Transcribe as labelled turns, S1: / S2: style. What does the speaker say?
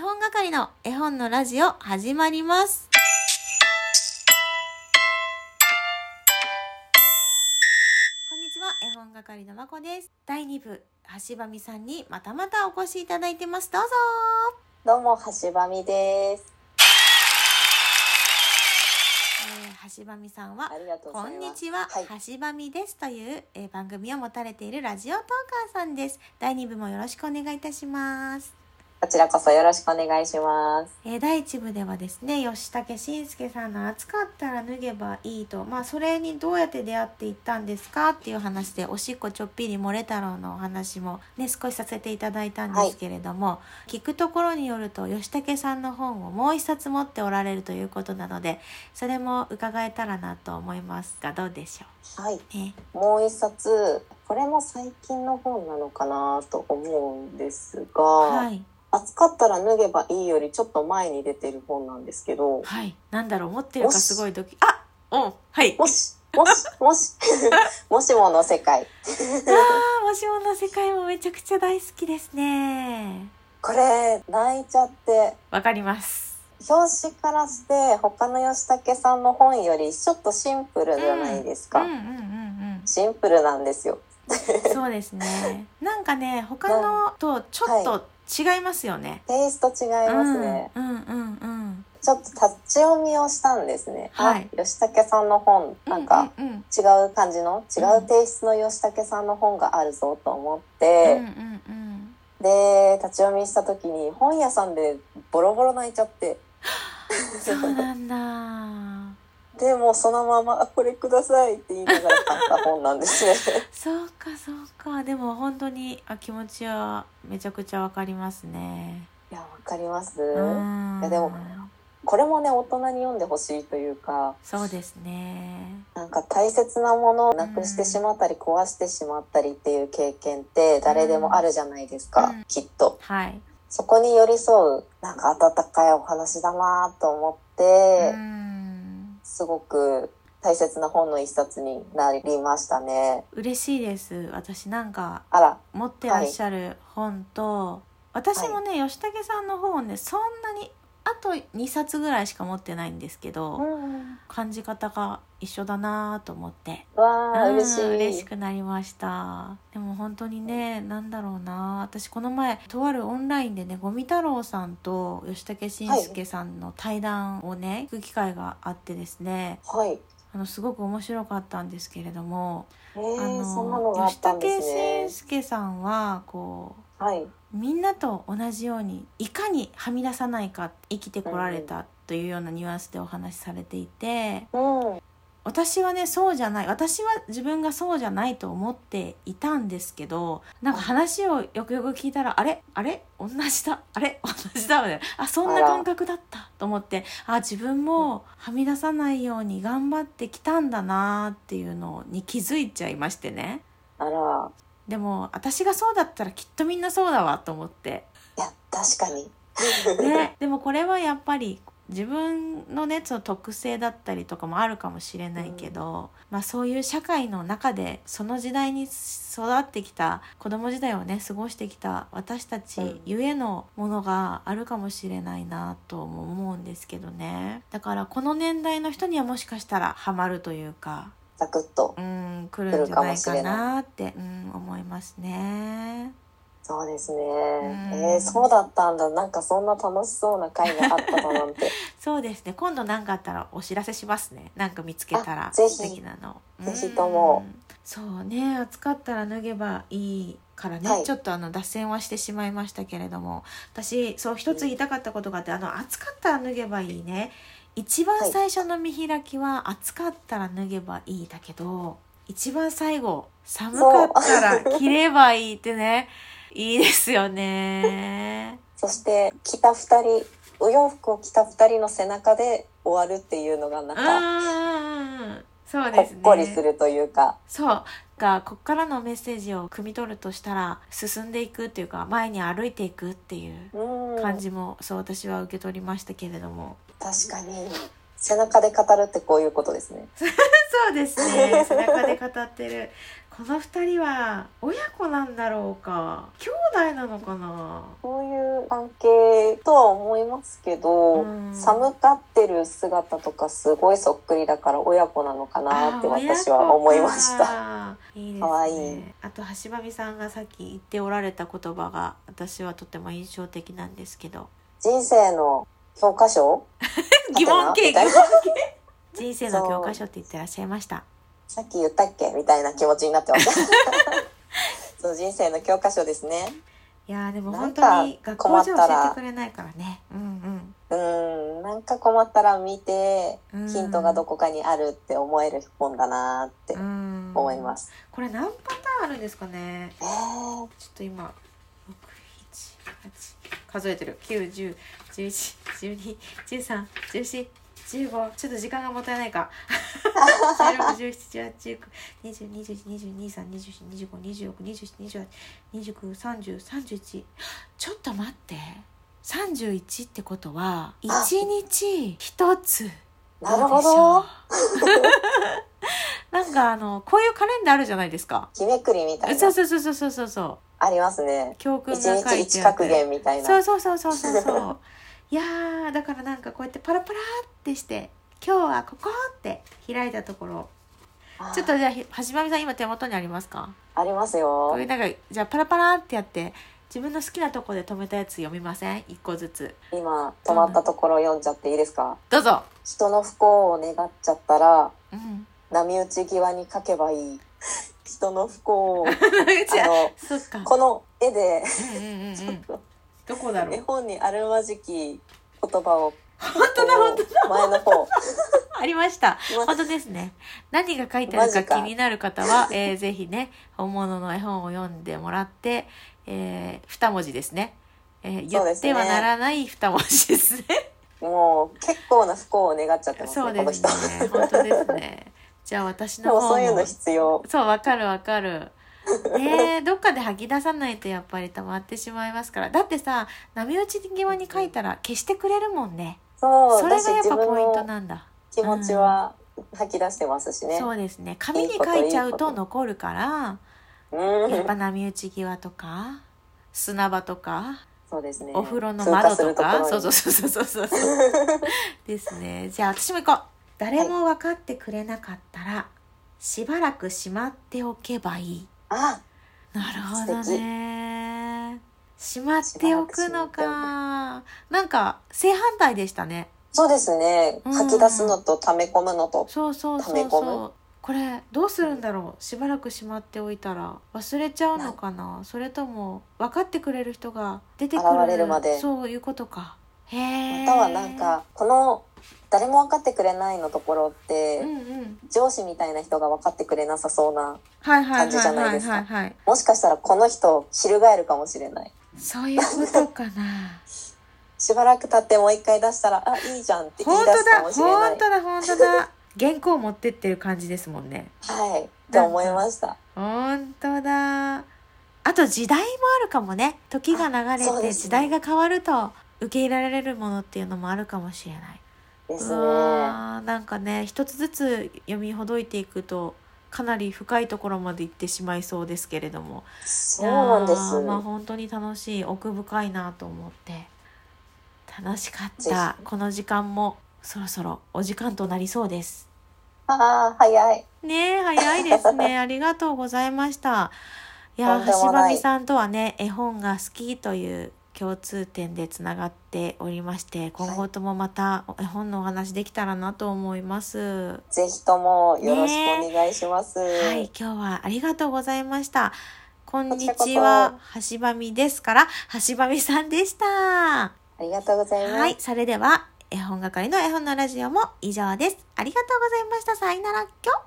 S1: 本係の絵本のラジオ始まります。こんにちは、絵本係のまこです。第2部、橋場美さんにまたまたお越しいただいてます。どうぞ
S2: どうも、はしばみです。
S1: えー、橋場美さんは
S2: あ、りがとうご
S1: こ
S2: ざい
S1: んに
S2: ます。
S1: ちは、
S2: はい
S1: はしばみですという、えー番組を持たれているラジオトーカーさんです。第2部もよろしくお願いいたします。
S2: こちらこそよろしくお願いします。
S1: えー第1部ではですね吉武慎介さんの「暑かったら脱げばいいと」まあそれにどうやって出会っていったんですかっていう話でおしっこちょっぴり漏れ太郎のお話もね少しさせていただいたんですけれども、聞くところによると吉武さんの本をもう一冊持っておられるということなのでそれも伺えたらなと思いますがどうでしょ
S2: はい、
S1: うね。
S2: もう一冊、これも最近の本なのかなと思うんですが、
S1: はい、
S2: 暑かったら脱げばいいよりちょっと前に出てる本なんですけど、
S1: はい、なんだろう持ってるかすごいドキあうん はい
S2: もし、もし、もし、もしもの世界。
S1: あもしもの世界もめちゃくちゃ大好きですね。
S2: これ、泣いちゃって、
S1: わかります。
S2: 表紙からして他の吉武さんの本よりちょっとシンプルじゃないですか。
S1: うんうんうん
S2: シンプルなんですよ。
S1: うん。そうです ね。なんかね、他のとちょっと違いますよね。
S2: テイスト違いますね。
S1: うんうんうん
S2: ちょっと立ち読みをしたんですね。
S1: はい
S2: あ吉武さんの本、
S1: うん。
S2: なんか
S1: うんうん
S2: 違う感じの、違う提出の吉武さんの本があるぞと思って、
S1: うんうん
S2: で、立ち読みした時に本屋さんでボロボロ泣いちゃ って、
S1: うん。そうなんだ。
S2: でもうそのまま、あこれくださいって言いながら買った本なんですね。
S1: そうかそうか。でも本当にあ気持ちはめちゃくちゃわかりますね。
S2: いや、わかります。
S1: うん。
S2: いやでもこれもね、大人に読んでほしいというか、
S1: そうですね。
S2: なんか大切なものをなくしてしまったり、壊してしまったりっていう経験って誰でもあるじゃないですか、
S1: うん
S2: きっと。
S1: はい。
S2: そこに寄り添う、なんか温かいお話だなと思って、
S1: うん。
S2: すごく大切な本の一冊になりましたね。
S1: 嬉しいです。私なんか
S2: あら、
S1: 持ってらっしゃる本と、私もね、吉武さんの本をねそんなにあと2冊ぐらいしか持ってないんですけど、
S2: うん、
S1: 感じ方が一緒だなと思って
S2: わあ、
S1: うん
S2: 嬉しい。
S1: 嬉しくなりましたでも本当にねなんだろうな私この前とあるオンラインでねゴミ太郎さんと吉武慎介さんの対談をね、聞く機会があってですね
S2: はい。
S1: あのすごく面白かったんですけれども、
S2: えー、
S1: あ
S2: そんなのがあったんで
S1: 吉武
S2: すね
S1: 慎。介さんはこう
S2: はい。
S1: みんなと同じようにいかにはみ出さないか生きてこられたというようなニュアンスでお話しされていて
S2: うん。
S1: 私はねそうじゃない私は自分がそうじゃないと思っていたんですけどなんか話をよくよく聞いたらあれあれ同じだあれ同じだみたいなあそんな感覚だったと思ってあ自分もはみ出さないように頑張ってきたんだなっていうのに気づいちゃいましてね
S2: あら、
S1: でも私がそうだったらきっとみんなそうだわと思って
S2: いや、確かに。
S1: ね、でもこれはやっぱり自分のねその特性だったりとかもあるかもしれないけど、まあ、そういう社会の中でその時代に育ってきた子供時代をね過ごしてきた私たちゆえのものがあるかもしれないなとも思うんですけどねだからこの年代の人にはもしかしたらハマるというか
S2: ザクッと。
S1: うん来るんじゃないかなってうん、思いますね。
S2: そうですね。
S1: ん
S2: えー、そうだったんだ。なんかそんな楽しそうな回があっただなんて。
S1: そうですね今度何かあったらお知らせしますね何か見つけたら
S2: あぜひ
S1: 的なの
S2: ぜひとも
S1: うんそうね暑かったら脱げばいいからね、
S2: はい
S1: ちょっとあの脱線はしてしまいましたけれども私そう一つ言いたかったことがあってあの暑かったら脱げばいいね一番最初の見開きは暑かったら脱げばいいだけど一番最後寒かったら着ればいいってねいいですよね。
S2: そして着た二人お洋服を着た二人の背中で終わるっていうのが なんか
S1: うんうんうんうんそう
S2: ほ
S1: で
S2: っ
S1: すね。
S2: こりするというか
S1: そうがこっからのメッセージを汲み取るとしたら進んでいくっていうか前に歩いていくっていう
S2: うん
S1: 感
S2: 確
S1: じも、そう私は受け取りましたけれども
S2: かに背中で語るってこういうことですね
S1: そうですね背中で語ってる この2人は親子なんだろうか兄弟なのかな
S2: こういう関係いとは思いますけど、
S1: うん
S2: 寒がってる姿とかすごいそっくりだから親子なのかなって私は思いました。
S1: た。いいですね。
S2: 可愛い
S1: あと橋場美さんがさっき言っておられた言葉が私はとても印象的なんですけど、
S2: 人生の教科書
S1: 疑問形
S2: みたいな
S1: 人生の教科書って言ってらっしゃいました。
S2: さっき言ったっけみたいな気持ちになっ てます。そう人生の教科書ですね。
S1: いやーでも
S2: な
S1: 本
S2: んか
S1: 当に学校じゃ教えてくれないからね。うん
S2: うん、なんか困ったら見て、
S1: うん。
S2: ヒントがどこかにあるって思える本だなーって思
S1: 思。
S2: いますす。
S1: これ何パターンあるんですかね。
S2: えー、
S1: ちょっと今六一八数えてる九十十一十二十三十四十五ちょっと時間がもったいないか。十六十七十八十九二十二十一二十二三二十四二十五二十六二十七二十八二十九三十三十一ちょっと待って三十一ってことは一日一つ。
S2: なるほ
S1: どうで
S2: ど
S1: しょう。なんかあのこういうカレンダーあるじゃないですか。
S2: 日めくりみたい
S1: そ
S2: な
S1: う。そうそうそうそうそうそう。
S2: ありますね。
S1: 教訓
S2: 一
S1: が書
S2: 日
S1: い
S2: 一
S1: てあっ
S2: 格
S1: て
S2: 言みたい
S1: そう
S2: な。
S1: そうそうそうそうそういやーだからなんかこうやってパラパラってして今日はここって開いたところ
S2: あー
S1: ちょっとじゃあひはじまみさん今手元にありますか
S2: あります
S1: こ
S2: よ
S1: ういう。なんかじゃあパラパラってやって自分の好きなとこで止めたやつ読みません一個ずつ
S2: 今止まったところ読んじゃっていいですか。
S1: どうぞ、
S2: 人の不幸を願っちゃったら
S1: うん、
S2: 波打ち際に書けばいい。人の不幸 をあの
S1: そっか
S2: この絵で
S1: うんうんう んう
S2: ちょっ
S1: ん
S2: と
S1: どこだろ
S2: 絵
S1: う
S2: 本にあるまじき言葉を
S1: 本当だ本当だ
S2: 前 の方
S1: ありました
S2: ま
S1: 本当ですね何が書いてある
S2: マ
S1: か
S2: ジか
S1: 気になる方は、えー、ぜひね本物の絵本を読んでもらって、えー、2文字ですね、えー言
S2: そうで
S1: っ
S2: すね
S1: てはならない2文字ですね
S2: もう結構な不幸を願っちゃってます
S1: そ
S2: ね
S1: う
S2: この
S1: です
S2: 人。
S1: ね本当ですねじゃあ私
S2: で
S1: の
S2: も
S1: 方も
S2: そういうの必要。
S1: そうわかるわかるねえどっかで吐き出さないとやっぱり溜まってしまいますからだってさ波打ち際に書いたら消してくれるもんね
S2: そう
S1: それ
S2: 私
S1: がやっ
S2: 自
S1: ぱ
S2: 分
S1: ポイント
S2: の
S1: なんだ
S2: 気持ちは吐き出してますしね。
S1: そうですね紙に書いちゃうと残るから
S2: うん
S1: やっぱ波打ち際とか砂場とか
S2: そうですね。
S1: お風呂の窓とか
S2: 通過するところに
S1: そうそうそうそうそうそうですねじゃあ私も行こう誰も分かってくれなかったらしばらくしまっておけばいい
S2: あ、
S1: なるほどねしまっておくの
S2: し
S1: かなんか正反対でしたね
S2: そうですね。
S1: うん
S2: 吐き出すのと溜め込むのと。
S1: そうそうそ
S2: 溜
S1: う
S2: め
S1: そ
S2: 込
S1: うこれどうするんだろうしばらくしまっておいたら忘れちゃうのかなそれとも分かってくれる人が出てくる
S2: 現れるまで
S1: そういうことかへえ
S2: またはなんか、この、誰も分かってくれないのところって、
S1: うんうん
S2: 上司みたいな人が分かってくれなさそうな、
S1: はいはい
S2: 感じじ
S1: は
S2: ゃ
S1: い
S2: ない
S1: は
S2: で
S1: い
S2: すか
S1: はいはい
S2: もしかしたらこの人、翻るかもしれない。
S1: そういうこと かな
S2: しばらく経ってもう一回出したら、あ、いいじゃんって言い
S1: 本
S2: 出
S1: 当
S2: すか
S1: だ
S2: もしれな
S1: 本
S2: い。
S1: 当だ本当だ原稿を持ってってる感じですもんね
S2: はい。って思いました。
S1: 本当だあと時代もあるかもね時が流
S2: あそう
S1: れ
S2: で
S1: て
S2: すね
S1: 時代が変わると受け入れられるものっていうのもあるかもしれない
S2: です
S1: う
S2: ね。
S1: わーなんかね一つずつ読みほどいていくとかなり深いところまで行ってしまいそうですけれども
S2: そうなんです
S1: いや。ーまあ本当に楽しい奥深いなと思って楽しかっ
S2: ぜ
S1: た
S2: ひ
S1: この時間もそろそろお時間となりそうです
S2: ああ、早い。
S1: ねえ早いですね ありがとうございましたいや
S2: とんで
S1: 橋
S2: もない
S1: 場美さんとはね絵本が好きという共通点でつながっておりまして今後ともまた絵本のお話できたらなと思います。
S2: ぜひともよろしくお願いします。
S1: はい、今日はありがとうございました。こんに
S2: こち
S1: ち
S2: ら
S1: は、橋ばみですから、橋ばみさんでした。
S2: ありがとうございます。
S1: はい、それでは、絵本係の絵本のラジオも以上です。ありがとうございました。さよなら、今日。